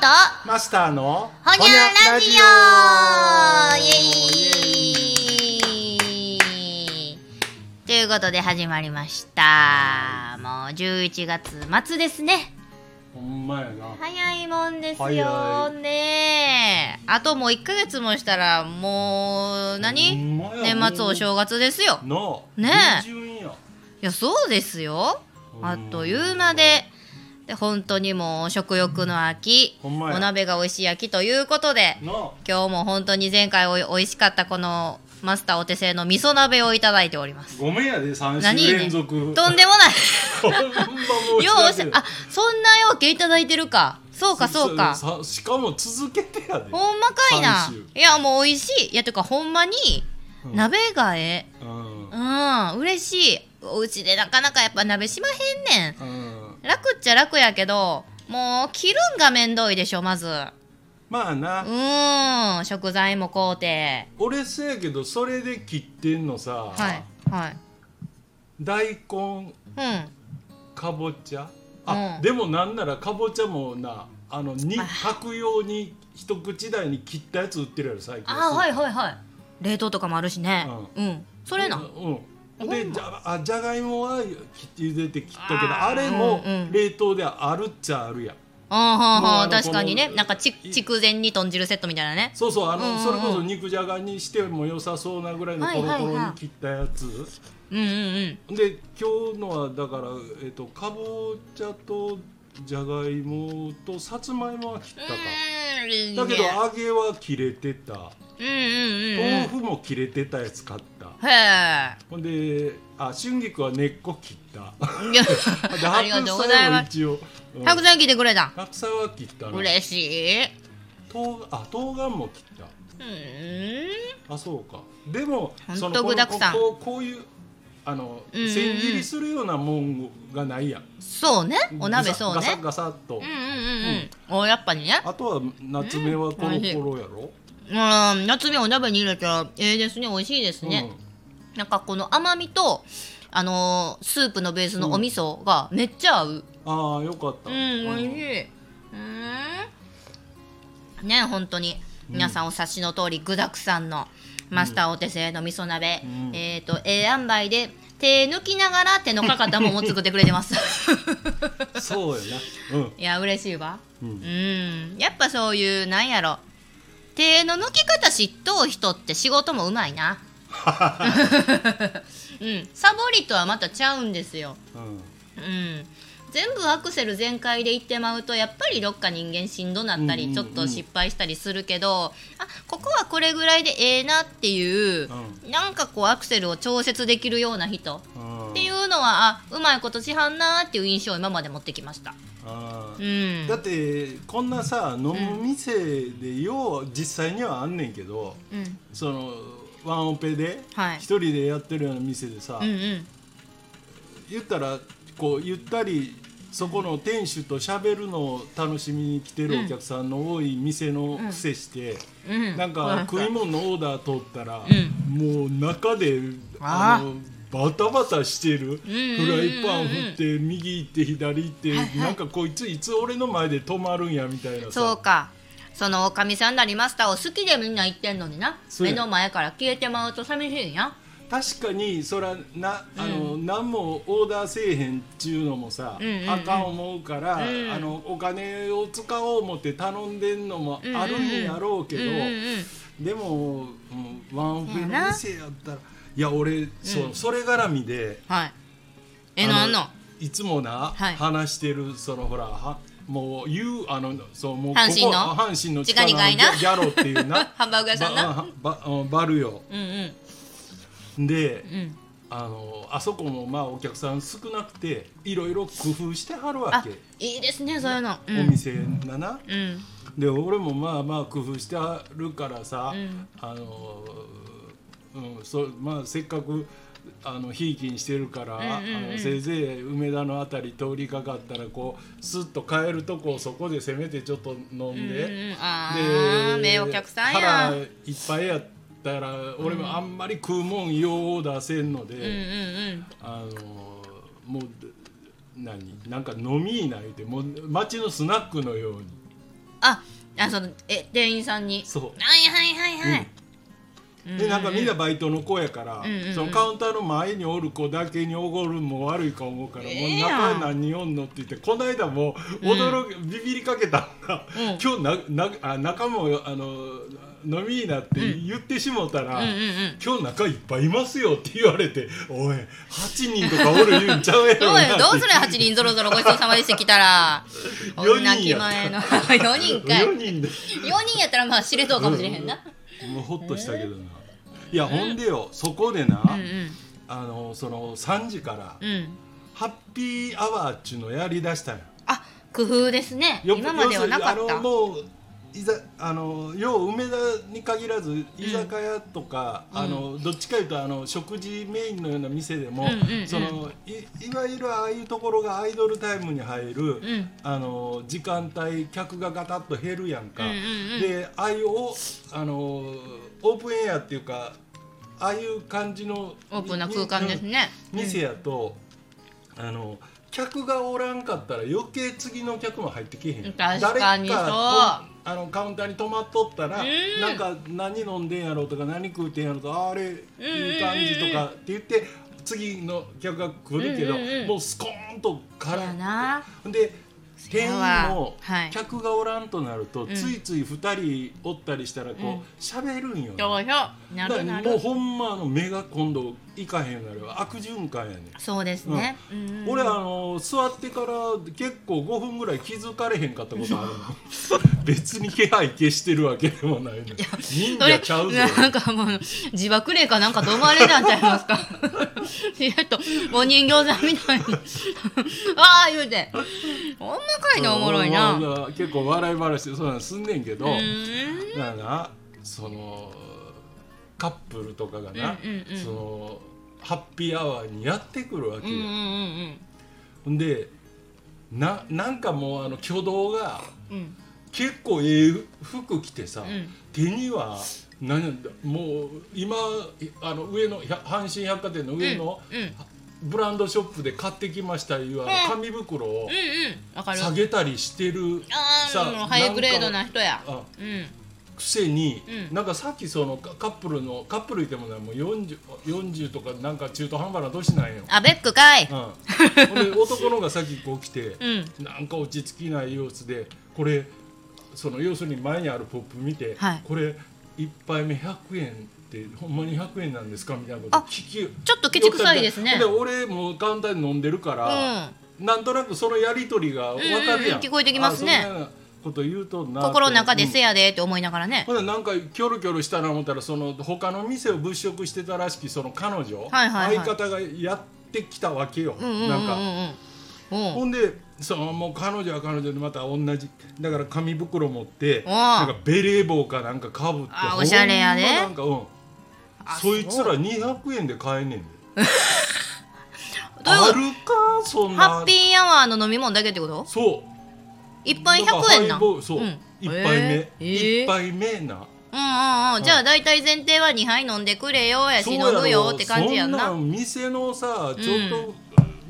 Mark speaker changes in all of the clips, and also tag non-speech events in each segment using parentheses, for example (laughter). Speaker 1: と
Speaker 2: マスターの
Speaker 1: ほにゃラジオイエイということで始まりましたもう11月末ですね
Speaker 2: ほんまやな
Speaker 1: 早いもんですよ
Speaker 2: 早
Speaker 1: ねえあともう1ヶ月もしたらもう
Speaker 2: ほ
Speaker 1: 何
Speaker 2: んまや
Speaker 1: 年末お正月ですよ
Speaker 2: の
Speaker 1: ねえ
Speaker 2: えや
Speaker 1: いやそうですよあっという間でで本当にもう食欲の秋
Speaker 2: ほんまや
Speaker 1: お鍋が美味しい秋ということで
Speaker 2: の
Speaker 1: 今日も本当に前回おい美味しかったこのマスターお手製の味噌鍋をいただいております
Speaker 2: ごめんやで三週
Speaker 1: 何ね
Speaker 2: 連続
Speaker 1: とんでも
Speaker 2: (laughs)
Speaker 1: ない
Speaker 2: ほんま申
Speaker 1: よ
Speaker 2: し訳な
Speaker 1: う
Speaker 2: い
Speaker 1: しあそんな要件いただいてるかそうかそうか
Speaker 2: さしかも続けてやで
Speaker 1: ほんまかいな
Speaker 2: 三種
Speaker 1: いやもう美味しいいやとかほんまに
Speaker 2: うん
Speaker 1: 鍋がえ
Speaker 2: うん
Speaker 1: えうん嬉しいお家でなかなかやっぱ鍋しまへんねん
Speaker 2: うん
Speaker 1: 楽っちゃ楽やけどもう切るんがめんどいでしょまず
Speaker 2: まあな
Speaker 1: うん食材も買うて
Speaker 2: 俺せやけどそれで切ってんのさ
Speaker 1: はいはい
Speaker 2: 大根
Speaker 1: うん
Speaker 2: かぼちゃあ、
Speaker 1: うん
Speaker 2: でもなんならかぼちゃもなあのに炊く用に一口大に切ったやつ売ってるやろ最近
Speaker 1: あーはい
Speaker 2: い
Speaker 1: はいはい冷凍とかもあるしねうん、それな、
Speaker 2: う
Speaker 1: ほん
Speaker 2: ん
Speaker 1: ま
Speaker 2: でじゃあじゃがいもは切って茹でて切ったけど
Speaker 1: あー
Speaker 2: あれも
Speaker 1: うんうん
Speaker 2: 冷凍であるっちゃあるやん
Speaker 1: あーはんは
Speaker 2: もうあ
Speaker 1: ん
Speaker 2: の
Speaker 1: 確かにね
Speaker 2: この
Speaker 1: なんかち
Speaker 2: い
Speaker 1: 筑前に豚汁セットみたいなね
Speaker 2: そうそうあの、
Speaker 1: うんうんうん
Speaker 2: それこそ肉じゃがにしても良さそうなぐらいのコロコ
Speaker 1: はいはい
Speaker 2: ロ
Speaker 1: は
Speaker 2: に
Speaker 1: い
Speaker 2: 切ったやつ、
Speaker 1: うんうんうん
Speaker 2: で今日のはだから、えっとかぼちゃとじゃがいもとさつまいもは切ったか、
Speaker 1: うーんいいね
Speaker 2: だけど揚げは切れてた
Speaker 1: うんうんうんうん
Speaker 2: 豆腐も切れてたやつ買った
Speaker 1: へえ
Speaker 2: ほんであ春菊は根っこ切った
Speaker 1: (laughs)
Speaker 2: で
Speaker 1: ありがとうございます
Speaker 2: 白菜は一応、うん
Speaker 1: たくさん来てくれた
Speaker 2: 白菜は切ったな
Speaker 1: 嬉しいう
Speaker 2: とうあ冬瓜も切った
Speaker 1: ーん
Speaker 2: あそうかでも
Speaker 1: ほんと
Speaker 2: その
Speaker 1: 具だくさん
Speaker 2: このこうこういうあの、
Speaker 1: うんうんうん
Speaker 2: 千切りするようなもんがないやん
Speaker 1: そうねお鍋そう
Speaker 2: ガサ
Speaker 1: ね
Speaker 2: ッガサッと、
Speaker 1: うんうんうんうんおやっぱりね
Speaker 2: あとは夏目はコロコロやろ、
Speaker 1: うーん夏目お鍋に入れたらええですね美味しいです
Speaker 2: うん
Speaker 1: ね、なんかこの甘みとあのースープのベースのお味噌がめっちゃ合う
Speaker 2: ああよかった、
Speaker 1: うん、美味しい。うーん。ね、本当に。皆さんお察しの通り、具沢山のマスターお手製の味噌鍋。
Speaker 2: うん
Speaker 1: えっ、と、ええ塩梅で。手抜きながら手のかかったもんも作ってくれてます。 (laughs)
Speaker 2: そうやなうん
Speaker 1: いや、嬉しいわ。
Speaker 2: うん
Speaker 1: うん。やっぱそういう、なんやろ。手の抜き方知っとう人って仕事もうまい (laughs) な。うん。サボりとはまたちゃうんですよ。
Speaker 2: うん
Speaker 1: うん、全部アクセル全開で行ってまうとやっぱりどっか人間しんどなったり、
Speaker 2: うんうんうん
Speaker 1: ちょっと失敗したりするけどあここはこれぐらいでええなっていう、なんかこうアクセルを調節できるような人っ
Speaker 2: うん
Speaker 1: ていうのはあうまいことしはんなーっていう印象を今まで持ってきました。
Speaker 2: あ
Speaker 1: う
Speaker 2: ー
Speaker 1: ん、
Speaker 2: だってこんなさ飲む店でよう実際にはあんねんけど
Speaker 1: うん
Speaker 2: そのワンオペで
Speaker 1: はい
Speaker 2: 一人でやってるような店でさ、
Speaker 1: うんうん
Speaker 2: 言ったらこうゆったりそこの店主と喋るのを楽しみに来てるお客さんの多い店の癖して、
Speaker 1: うん、
Speaker 2: なんか食い物のオーダー取ったら、
Speaker 1: う
Speaker 2: もう中で
Speaker 1: あ
Speaker 2: あのバタバタしてるフ
Speaker 1: んうんうん
Speaker 2: ライパン振って右行って左行って、
Speaker 1: いはい
Speaker 2: なんかこいついつ俺の前で止まるんやみたいな
Speaker 1: そう
Speaker 2: さ
Speaker 1: かそのおかみさんなりマスターを好きでみんな言ってんのにな
Speaker 2: そう
Speaker 1: 目
Speaker 2: や
Speaker 1: の前から消えてまうと寂しいんや
Speaker 2: 確かにそらなあの、何もオーダーせえへんっちゅうのもさ、
Speaker 1: うんうんうん
Speaker 2: あかん思うから、
Speaker 1: ん
Speaker 2: あのお金を使おう思って頼んでんのもあるんやろうけど。
Speaker 1: うんうん
Speaker 2: でも、うんワンオペ
Speaker 1: や
Speaker 2: の
Speaker 1: な
Speaker 2: 店やったらいや俺、そうそれ絡みで
Speaker 1: はいえ
Speaker 2: あの
Speaker 1: なんの
Speaker 2: いつもな、
Speaker 1: はい
Speaker 2: 話してるそのほらはもう言うあのそうもう
Speaker 1: 阪神の
Speaker 2: ここ阪神の近くの
Speaker 1: 直に
Speaker 2: ギ
Speaker 1: かいな
Speaker 2: ャギャロっていう
Speaker 1: (laughs)
Speaker 2: な
Speaker 1: ハンバーグ屋さんな
Speaker 2: ババうんバルよ
Speaker 1: うんうん
Speaker 2: で、
Speaker 1: うん
Speaker 2: あのあそこもまあお客さん少なくていろいろ工夫してはるわ
Speaker 1: あ
Speaker 2: け、
Speaker 1: いいですねそういうのうん
Speaker 2: お店がな、
Speaker 1: うん
Speaker 2: で俺もまあまあ工夫してあるからさ、
Speaker 1: うん
Speaker 2: あのうんそまあ、せっかくあのひいきにしてるから、
Speaker 1: うんうんうん
Speaker 2: あのせいぜい梅田のあたり通りかかったらこうスッと帰るとこをそこでせめてちょっと飲ん
Speaker 1: うん
Speaker 2: で、
Speaker 1: うんあー名お客さんや
Speaker 2: 腹いっぱいやったら俺もあんまり食うもんよう出せんので、
Speaker 1: うんうん
Speaker 2: あのもう何なんか飲みいないでもう街のスナックのように。
Speaker 1: うんああそのえ店員さんに
Speaker 2: そ
Speaker 1: はいはいはいはい、う
Speaker 2: でなんかみんなバイトの子やから、
Speaker 1: うんうんうん
Speaker 2: そのカウンターの前におる子だけにおごるんも悪いか思うから、
Speaker 1: ええ
Speaker 2: もう
Speaker 1: やん
Speaker 2: 中何おんのって言ってこの間もう驚き、ビビりかけたのが、
Speaker 1: うん
Speaker 2: 今日ななあ中もあの飲みになって言ってしもうたら。
Speaker 1: うんうんうん
Speaker 2: 今日中いっぱいいますよって言われて「おい8人とかおる言うんちゃう
Speaker 1: (laughs)
Speaker 2: や
Speaker 1: ど
Speaker 2: ろ
Speaker 1: うよ
Speaker 2: な」
Speaker 1: どうする8人ぞろぞろごちそうさまでしてきたら
Speaker 2: (laughs) 四人や
Speaker 1: 女気前の (laughs) 4人かい
Speaker 2: 4人で
Speaker 1: 4人やったらまあ知れそうかもしれへんな
Speaker 2: もうほっとしたけどな、いやほんでよそこでな、
Speaker 1: うんうん
Speaker 2: あのその3時から、
Speaker 1: うん
Speaker 2: ハッピーアワーっちゅうのやりだしたんよ
Speaker 1: あ工夫ですね
Speaker 2: よ
Speaker 1: 今まではなかっ
Speaker 2: 要するに
Speaker 1: た
Speaker 2: あのもういざあのよう梅田に限らず居酒屋とか、
Speaker 1: うん
Speaker 2: あのどっちかいうとあの食事メインのような店でも、
Speaker 1: うんうんうん
Speaker 2: そのいいわゆるああいうところがアイドルタイムに入る、
Speaker 1: ん
Speaker 2: あの時間帯客がガタッと減るやんか、
Speaker 1: うんうんうん
Speaker 2: でああいうおあのオープンエアっていうかああいう感じの
Speaker 1: オープンな空間ですね
Speaker 2: 店やと、あの客がおらんかったら余計次の客も入ってきへん
Speaker 1: 確かにそう
Speaker 2: 誰かとあのカウンターに泊まっとったら、
Speaker 1: うん
Speaker 2: なんか何飲んでんやろうとか何食うてんやろうとかあれいい感じとかって言って次の客が来るけど、
Speaker 1: うんうんうん
Speaker 2: もうスコーンと
Speaker 1: そ
Speaker 2: から
Speaker 1: やな
Speaker 2: で店員も
Speaker 1: はい
Speaker 2: 客がおらんとなると、
Speaker 1: ん
Speaker 2: ついつい2人おったりしたら
Speaker 1: う
Speaker 2: こ
Speaker 1: ん
Speaker 2: う喋、るんよね、
Speaker 1: どうよな
Speaker 2: だか
Speaker 1: る
Speaker 2: ら
Speaker 1: な
Speaker 2: もう
Speaker 1: る
Speaker 2: ほんまあの目が今度いかへんようになるわ悪循環やねん
Speaker 1: そうですねうんうん
Speaker 2: 俺あの座ってから結構5分ぐらい気づかれへんかったことあ
Speaker 1: (laughs)
Speaker 2: るの別に気配消してるわけでもないの忍
Speaker 1: それ
Speaker 2: 者ちゃうぞ
Speaker 1: なんかもう自爆霊かなんかと思われたんちゃいますか (laughs) ちらっとお人形さんみたいに (laughs) ああ言うてほんまかいなおもろいなう
Speaker 2: まあまあ結構笑い話でそうなんすんねんけど、
Speaker 1: ーん
Speaker 2: だからなそのカップルとかがな、
Speaker 1: うんうんうん
Speaker 2: そのハッピーアワーにやってくるわけ
Speaker 1: うんうんう
Speaker 2: よ、
Speaker 1: ん
Speaker 2: ほんでななんかもうあの挙動が
Speaker 1: うんうん
Speaker 2: 結構ええ服着てさ、
Speaker 1: ん
Speaker 2: 手には何やもう今あの上のひゃ阪神百貨店の上の
Speaker 1: うんうんうん
Speaker 2: ブランドショップで買ってきましたいうあの
Speaker 1: うん
Speaker 2: 紙袋を
Speaker 1: わかる
Speaker 2: 下げたりしてる
Speaker 1: あ
Speaker 2: さ
Speaker 1: あもうハイグレード
Speaker 2: な
Speaker 1: なん
Speaker 2: か
Speaker 1: 人や
Speaker 2: あ
Speaker 1: うん
Speaker 2: くせに、
Speaker 1: うん
Speaker 2: なんかさっきそのカカップルのカップルいてもないもう 40, 40とかなんか中途半端な年なんよ。
Speaker 1: あベックかい
Speaker 2: うん、ほんで男の方がさっきこう来て、
Speaker 1: (laughs) うん
Speaker 2: なんか落ち着きない様子でこれその要するに前にあるポップ見て、
Speaker 1: はい
Speaker 2: これ1杯目100円ってほんまに100円なんですかみたいなこと
Speaker 1: あ
Speaker 2: 聞き
Speaker 1: ちょっとケチくさいですね
Speaker 2: で俺もうカウンターで飲んでるか
Speaker 1: う
Speaker 2: ら、
Speaker 1: ん
Speaker 2: なんとなくそのやり取りが分かるやん、
Speaker 1: うんうん聞こえてきますね
Speaker 2: あそんなこと言うとんな
Speaker 1: 心の中で
Speaker 2: うん
Speaker 1: せやでって思いながらね
Speaker 2: ほんならなんかキョロキョロしたな思ったらその他の店を物色してたらしきその彼女、
Speaker 1: はいはいはい
Speaker 2: 相方がやってきたわけよ、
Speaker 1: うんうんうんう
Speaker 2: なんんか
Speaker 1: うんうん
Speaker 2: ほんでそのもう彼女は彼女でまた同じだから紙袋持って
Speaker 1: おう
Speaker 2: なんかベレー帽かなんかかぶって
Speaker 1: あおしゃれやで
Speaker 2: ほんまなんかうん
Speaker 1: あ
Speaker 2: そいつ
Speaker 1: そう
Speaker 2: ら200円で買えねえんで
Speaker 1: どういう
Speaker 2: あ
Speaker 1: こ
Speaker 2: るかそん
Speaker 1: と
Speaker 2: な
Speaker 1: ハッピーアワーの飲み物だけってこと
Speaker 2: そう
Speaker 1: 一杯
Speaker 2: だから
Speaker 1: 100円
Speaker 2: ハ
Speaker 1: な
Speaker 2: イボールそう、
Speaker 1: ん
Speaker 2: 一杯目、
Speaker 1: えーえ
Speaker 2: 一
Speaker 1: ー
Speaker 2: 杯目な
Speaker 1: うんうんうんじゃあ大体前提は2杯飲んでくれよやし飲
Speaker 2: そうやろ
Speaker 1: むよって感じやん
Speaker 2: そ
Speaker 1: なん
Speaker 2: なん店のさちょっと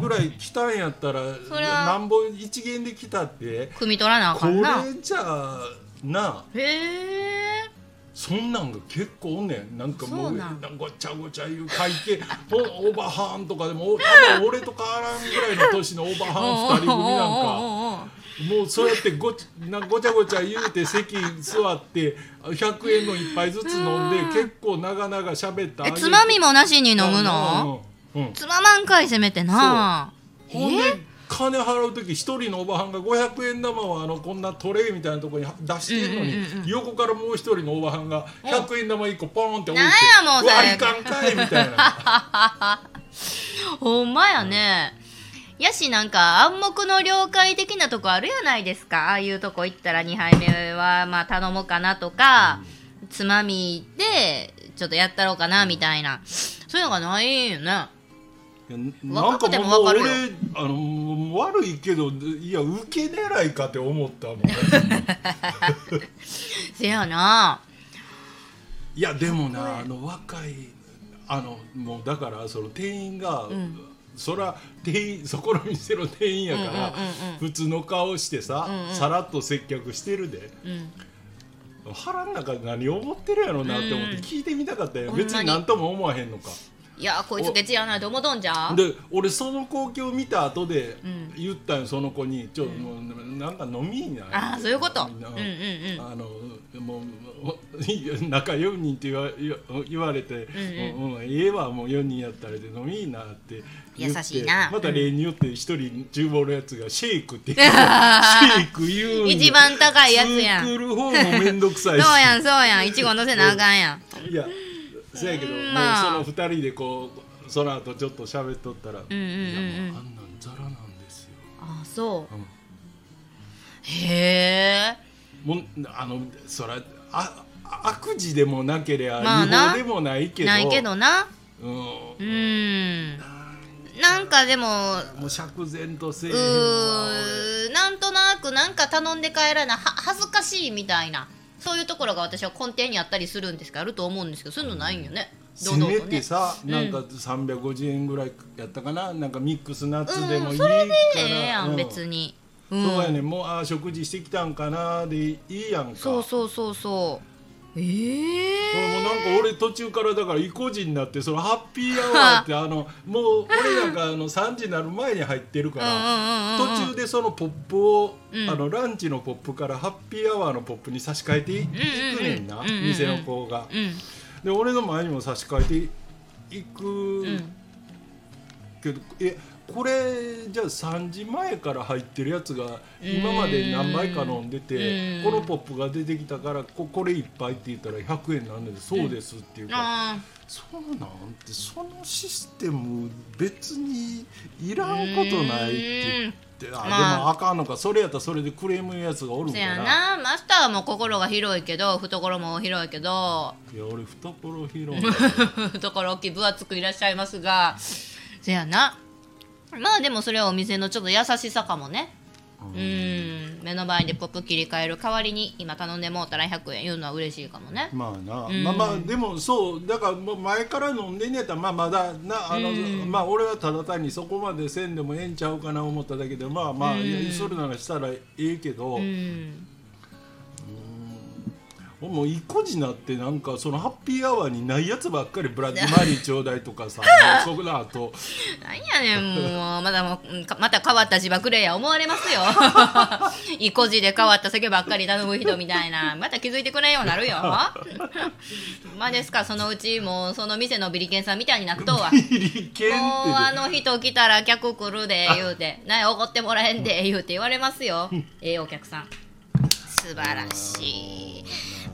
Speaker 2: ぐらい来たんやったら、
Speaker 1: そりゃ
Speaker 2: なんぼ一元で来たって
Speaker 1: 汲み取らなあ
Speaker 2: こ
Speaker 1: か
Speaker 2: れ
Speaker 1: んな
Speaker 2: じゃあな
Speaker 1: へえ
Speaker 2: そんなんが結構おんねんなんかもう
Speaker 1: そうなん
Speaker 2: なんごちゃごちゃいう会計おオーバーハンとかでもお多分俺と変わらんぐらいの年のオーバーハン2人組なんかもうそうやってごちなごちゃごちゃ言うて席座って100円の一杯ずつ飲んで結構長々喋った
Speaker 1: えつまみもなしに飲
Speaker 2: ああいう
Speaker 1: むの
Speaker 2: うんうんうん
Speaker 1: つままんかいせめてな
Speaker 2: ほんで金払う時一人のおばはんが500円玉をあのこんなトレイみたいなところに出してんのに、
Speaker 1: うんうんうんうん
Speaker 2: 横からもう一人のおばはんが100円玉一個ポンって置いて
Speaker 1: なんやもう
Speaker 2: うわ
Speaker 1: それ
Speaker 2: いかんかいみた
Speaker 1: (laughs)
Speaker 2: いな
Speaker 1: ほんまやねやしなんか暗黙の了解的なとこあるやないですかああいうとこ行ったら2杯目はまあ頼もうかなとか、つまみでちょっとやったろうかなみたいなそういうのがないよね
Speaker 2: いやな
Speaker 1: 若
Speaker 2: んか
Speaker 1: くても
Speaker 2: もう
Speaker 1: わか
Speaker 2: 俺
Speaker 1: るよ
Speaker 2: あのもう悪いけどいや受け狙いかって思った
Speaker 1: (laughs)
Speaker 2: もん
Speaker 1: せやない
Speaker 2: やでもなあの若いあのもうだからその店員が、
Speaker 1: ん
Speaker 2: そら店員そこの店の店員やから、
Speaker 1: うんうんうんうん
Speaker 2: 普通の顔してさ、
Speaker 1: うんうん
Speaker 2: さらっと接客してるで
Speaker 1: うん
Speaker 2: 腹の中で何思ってるやろなって思って
Speaker 1: うん
Speaker 2: 聞いてみたかったよ、
Speaker 1: ほんまに
Speaker 2: 別に何とも思わへんのか
Speaker 1: いやーこいつケチやなと思うとんじゃん
Speaker 2: で俺その光景を見た後で
Speaker 1: うん
Speaker 2: 言ったよその子に「ちょ、もうなんか飲みにな
Speaker 1: ああそういうことうんうんうん
Speaker 2: あのもうおいいよ仲4人って言わ言わ言われて
Speaker 1: ん
Speaker 2: もううん家はもう4人やったらで飲みいいなって言って
Speaker 1: 優しいな
Speaker 2: また例によって1人厨房のやつがシェイクって言うシェイク言うんよ
Speaker 1: (laughs) 一番高いやつやん
Speaker 2: 作る方も面倒くさ
Speaker 1: そう (laughs)
Speaker 2: いし
Speaker 1: やんそうやんいちご乗せなあかんやん
Speaker 2: いやそやけど、
Speaker 1: まあ
Speaker 2: もうその2人でこうその後ちょっと喋っとったら「
Speaker 1: うんうんうん
Speaker 2: いやもうあんなんザラなんですよ
Speaker 1: あーそう、
Speaker 2: うん
Speaker 1: へえ」
Speaker 2: もうあのそらあ悪事でもなければ
Speaker 1: まあな
Speaker 2: 違法でもないけど,、
Speaker 1: ないけどな
Speaker 2: うん、
Speaker 1: うんなんかでも
Speaker 2: もう釈然とせえ
Speaker 1: う
Speaker 2: へんわ
Speaker 1: ーなんとなくなんか頼んで帰らないは恥ずかしいみたいなそういうところが私は根底にあったりするんですけどあると思うんですけどそういうのないんよね堂
Speaker 2: せ
Speaker 1: 々
Speaker 2: め
Speaker 1: とね
Speaker 2: てさ、
Speaker 1: うん
Speaker 2: なんか350円ぐらいやったかななんかミックスナッツでも
Speaker 1: う
Speaker 2: いい
Speaker 1: ん
Speaker 2: か
Speaker 1: そ
Speaker 2: ら、
Speaker 1: れでええやん、
Speaker 2: うん
Speaker 1: 別に、うん、
Speaker 2: そうやねもうあー食事してきたんかなでいいやんか
Speaker 1: そうそうそうそうえ
Speaker 2: 俺
Speaker 1: え
Speaker 2: もうなんか俺途中からだから意固地になってそのハッピーアワ
Speaker 1: (laughs)
Speaker 2: ーってあのもう俺らがあの3時になる前に入ってるから
Speaker 1: うんうんうんうん
Speaker 2: 途中でそのポップを、
Speaker 1: うん
Speaker 2: あのランチのポップからハッピーアワーのポップに差し替えてい,、くねんな、
Speaker 1: うんうんうんうん
Speaker 2: 店の子が。
Speaker 1: うん
Speaker 2: で俺の前にも差し替えていく
Speaker 1: うん
Speaker 2: けど、えこれじゃあ3時前から入ってるやつが今まで何杯か飲んでて
Speaker 1: うん
Speaker 2: このポップが出てきたからここれ一杯って言ったら100円なんでそうですっていうから、
Speaker 1: あ
Speaker 2: そうなんてそのシステム別にいらんことないって言って
Speaker 1: ま
Speaker 2: あ、
Speaker 1: あ
Speaker 2: でもあかんのかそれやったらそれでクレームやつが
Speaker 1: あ
Speaker 2: おるん
Speaker 1: そ
Speaker 2: か
Speaker 1: や
Speaker 2: な。
Speaker 1: なマスターはもう心が広いけど懐も広いけど
Speaker 2: いや俺懐広い
Speaker 1: (laughs) 懐大きい分厚くいらっしゃいますがそやなまあでもそれはお店のちょっと優しさかもねうん目の前でポップ切り替える代わりに今頼んでもうたら100円言うのは嬉しいかもね
Speaker 2: まあな、
Speaker 1: うん
Speaker 2: まあまあでもそうだからもう前から飲んでんねやったらまあまだなあの、
Speaker 1: うん
Speaker 2: まあ俺はただ単にそこまでせんでもええんちゃうかな思っただけでまあまあ、
Speaker 1: うん
Speaker 2: いやそれならしたらええけど、
Speaker 1: うん
Speaker 2: もう一個になってなんかそのハッピーアワーにないやつばっかりブラッディマリーちょうだいとかさもうそこだあと
Speaker 1: なんやねんもうまだもううんかまた変わった字ばくれや思われ (laughs) ますよいこじで変わった酒ばっかり頼む人みたいなまた気づいてくれんようにな (laughs) るよまあですからそのうちもうその店のビリケンさんみたいになっとうわもう
Speaker 2: ピリケンって
Speaker 1: あの人来たら客来るで言うて「なん怒ってもらえんで」言うて言われますよええお客さん素晴らしい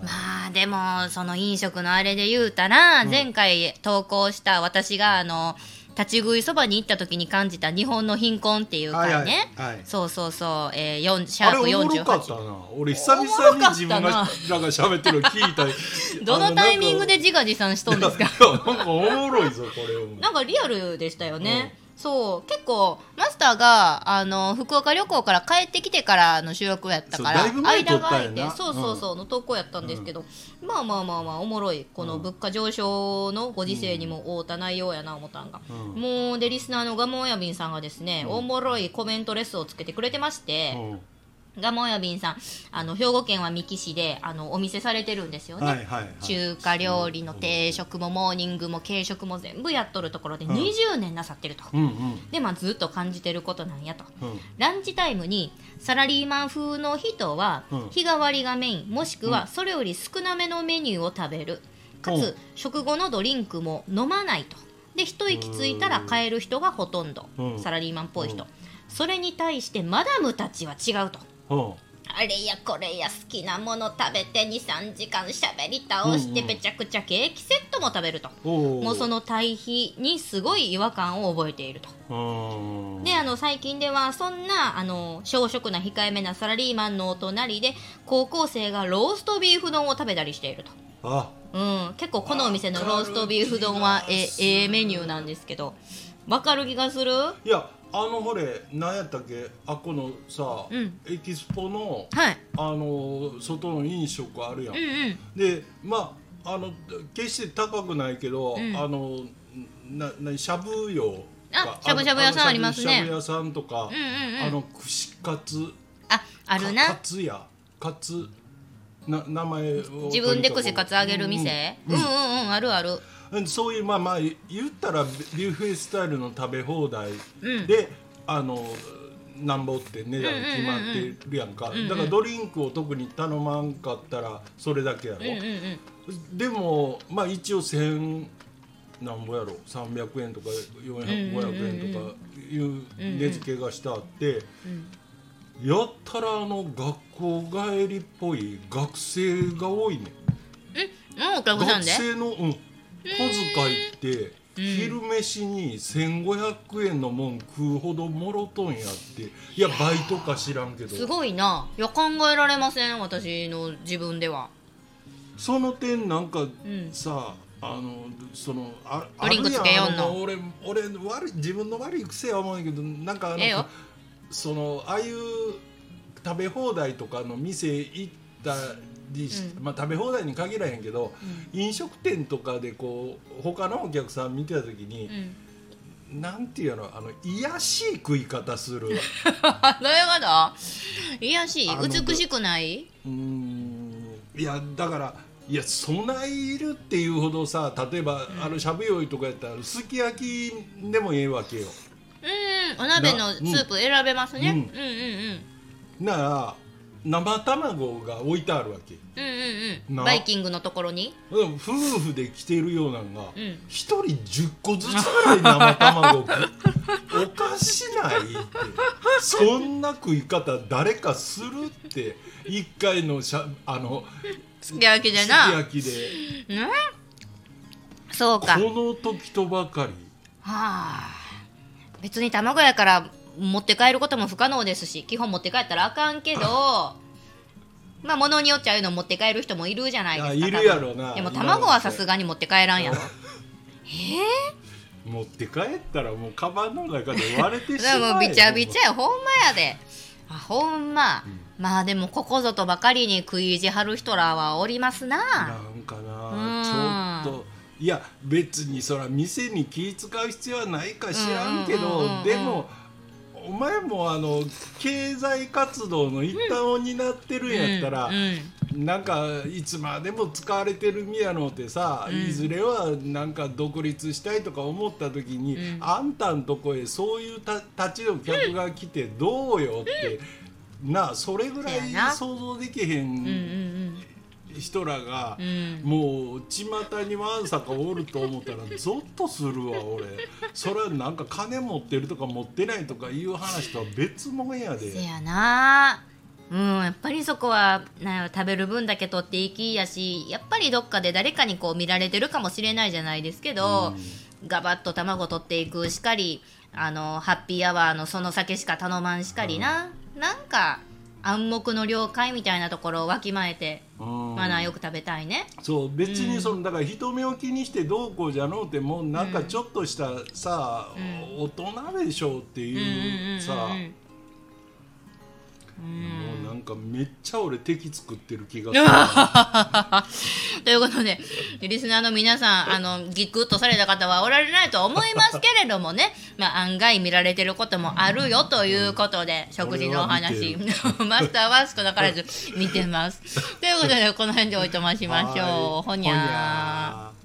Speaker 1: まあでもその飲食のあれで言うたら、前回投稿した私があの立ち食いそばに行った時に感じた日本の貧困っていう回ね、
Speaker 2: はいはいはい
Speaker 1: そうそうそう、えー、4シャ
Speaker 2: あれ
Speaker 1: ープ
Speaker 2: おもろか
Speaker 1: 48
Speaker 2: ったな俺久々に自分
Speaker 1: おもろか
Speaker 2: が
Speaker 1: っ
Speaker 2: らが喋ってるの聞いた
Speaker 1: どのタイミングで
Speaker 2: あ
Speaker 1: 自画自賛しとん
Speaker 2: のな
Speaker 1: で
Speaker 2: ん
Speaker 1: す
Speaker 2: か
Speaker 1: か
Speaker 2: いやなんかおもろいぞこれを
Speaker 1: (laughs) なんかリアルでしたよね、そう結構マスターがあの福岡旅行から帰ってきてからの収録やったから
Speaker 2: そうだいぶ前に撮
Speaker 1: 間
Speaker 2: った
Speaker 1: が
Speaker 2: んやな
Speaker 1: 空いてそうそうそうの投稿やったんですけど、まあまあまあまあおもろいこの物価上昇のご時世にも合うた内容やな思ったんが、
Speaker 2: うん
Speaker 1: もうでリスナーのガモンヤビンさんがですね、おもろいコメントレスをつけてくれてまして、
Speaker 2: うん
Speaker 1: ガモンヤビンさんあの兵庫県は三木市であのお店されてるんですよね、
Speaker 2: はいはいはい
Speaker 1: 中華料理の定食もモーニングも軽食も全部やっとるところで20年なさってると、
Speaker 2: うんうん
Speaker 1: でまあずっと感じてることなんやと
Speaker 2: うん
Speaker 1: ランチタイムにサラリーマン風の人は
Speaker 2: うん
Speaker 1: 日替わりがメインもしくはそれより少なめのメニューを食べるか
Speaker 2: うん
Speaker 1: つ食後のドリンクも飲まないとで一息ついたら帰る人がほとんど
Speaker 2: うん
Speaker 1: サラリーマンっぽいう人
Speaker 2: ん
Speaker 1: それに対してマダムたちは違うと
Speaker 2: うん
Speaker 1: あれやこれや好きなもの食べて23時間しゃべり倒し
Speaker 2: う
Speaker 1: て
Speaker 2: んうん
Speaker 1: めちゃくちゃケーキセットも食べると、
Speaker 2: おー
Speaker 1: もうその対比にすごい違和感を覚えていると、
Speaker 2: うん
Speaker 1: であの最近ではそんなあの小食な控えめなサラリーマンのお隣で高校生がローストビーフ丼を食べたりしていると、
Speaker 2: あ
Speaker 1: うん、結構このお店のローストビーフ丼はえええメニューなんですけどわかる気がする
Speaker 2: いやあのほれ何やったっけあこのさ、
Speaker 1: うん
Speaker 2: エキスポの
Speaker 1: はい
Speaker 2: あの外の飲食あるやん、
Speaker 1: うんうん
Speaker 2: でまああの決して高くないけど、
Speaker 1: ん
Speaker 2: あのななしゃぶ用
Speaker 1: あしゃぶしゃぶ屋さんありますね
Speaker 2: しゃぶ屋さんとか、
Speaker 1: うんうんうん
Speaker 2: あの串カツ
Speaker 1: ああるな
Speaker 2: かカツやカツな名前を
Speaker 1: 自分で串カツ揚げる店、うん、うんうんあるある
Speaker 2: うんそういうまあまあ言ったらビュッフェスタイルの食べ放題で、あのなんぼって値段決まってるやんか、だからドリンクを特に頼まんかったらそれだけやろ、
Speaker 1: うんうんうん
Speaker 2: でもまあ一応1000なんぼやろ300円とか400500円とかいう値付けがしてあって、やったらあの学校帰りっぽい学生が多いねん
Speaker 1: うんお客さん
Speaker 2: 学
Speaker 1: で
Speaker 2: 生の、うん、小遣いって昼飯に1500円のもん食うほどもろとんやっていやバイトか知らんけ
Speaker 1: す
Speaker 2: ど
Speaker 1: ごいないや考えられません私の自分では
Speaker 2: その点なんか
Speaker 1: ん
Speaker 2: さ、あのそのあ
Speaker 1: ドリンクつけよんの
Speaker 2: あるやあ俺俺悪い自分の悪い癖や思うんやけどなんかあの
Speaker 1: ええよ
Speaker 2: そのああいう食べ放題とかの店行ったりし、まあ食べ放題に限らへんけど、飲食店とかでこう他のお客さん見てた時に
Speaker 1: (laughs) う、ん
Speaker 2: なんていうのあの癒やしい食い方す
Speaker 1: (laughs)
Speaker 2: る
Speaker 1: どういうこといやしい
Speaker 2: あの
Speaker 1: 美しくないう
Speaker 2: ーんいやだからいや備えるっていうほどさ例えば、あのしゃぶ用意とかやったらすき焼きでもええわけよ
Speaker 1: うんお鍋のスープ選べますねう
Speaker 2: う
Speaker 1: んんうんうん
Speaker 2: なら生卵が置いてあるわけ
Speaker 1: うんうんう
Speaker 2: なん
Speaker 1: バイキングのところに
Speaker 2: うん夫婦で来てるようなんが
Speaker 1: うん
Speaker 2: 一、人10個ずつぐらい生卵食うおかしないってそんな食い方誰かするって一回のしゃあの
Speaker 1: すき焼き
Speaker 2: すき
Speaker 1: でな
Speaker 2: 焼きで。
Speaker 1: ねそうかは
Speaker 2: この時とばかり
Speaker 1: あ別に卵やから持って帰ることも不可能ですし基本持って帰ったらあかん
Speaker 2: (laughs)
Speaker 1: けどまあ物によっちゃうの持って帰る人もいるじゃないですか
Speaker 2: いやいるやろな
Speaker 1: 多分でも卵はさすがに持って帰らんやろ
Speaker 2: 持って帰ったらもうカバンの中で割れてしま
Speaker 1: (laughs) で
Speaker 2: え
Speaker 1: もびちゃ
Speaker 2: (laughs)
Speaker 1: びちゃやほんまやであほんま、まあでもここぞとばかりに食い意地張る人らはおります
Speaker 2: な
Speaker 1: なん
Speaker 2: かな
Speaker 1: うん
Speaker 2: ちょっといや別にそら店に気使う必要はないか知らんけ
Speaker 1: うんうんうんうんう
Speaker 2: ど
Speaker 1: ん
Speaker 2: でもお前もあの経済活動の一端を担ってるんやったら、
Speaker 1: うんうん
Speaker 2: なんかいつまでも使われてる宮野ってさ、
Speaker 1: うん
Speaker 2: いずれはなんか独立したいとか思った時に、
Speaker 1: うん
Speaker 2: あんたんとこへそういうた立ちの客が来てどうよって、なあそれぐら
Speaker 1: そ
Speaker 2: い
Speaker 1: やな
Speaker 2: 想像できへ
Speaker 1: うんうん
Speaker 2: ん人らが
Speaker 1: うんう、ん
Speaker 2: もう巷にわんさかおると
Speaker 1: (laughs)
Speaker 2: 思ったらゾッとするわ俺それはなんか金持ってるとか持ってないとかいう話とは別もんやで。
Speaker 1: せやなうん、やっぱりそこはなんや食べる分だけ取っていきやしやっぱりどっかで誰かにこう見られてるかもしれないじゃないですけど、ガバッと卵取っていくしかりあのハッピーアワーのその酒しか頼まんしかりな、なんか暗黙の了解みたいなところをわきまえて、
Speaker 2: うん
Speaker 1: マナーよく食べたいね
Speaker 2: そう別にその、だから人目を気にしてどうこうじゃのうてもうなんかちょっとしたさ、大人でしょうって
Speaker 1: うんうんうん
Speaker 2: いううんさ、もうなんかめっちゃ俺敵作ってる気がす
Speaker 1: (laughs)
Speaker 2: る、
Speaker 1: ということで、リスナーの皆さん、あの、ギクッとされた方はおられないと思いますけれどもね、まあ、案外見られてることもあるよということで、食事のお話、
Speaker 2: 俺
Speaker 1: マスターは少なからず見てます。ということで、この辺でおいとましましょう。ほにゃー。
Speaker 2: ー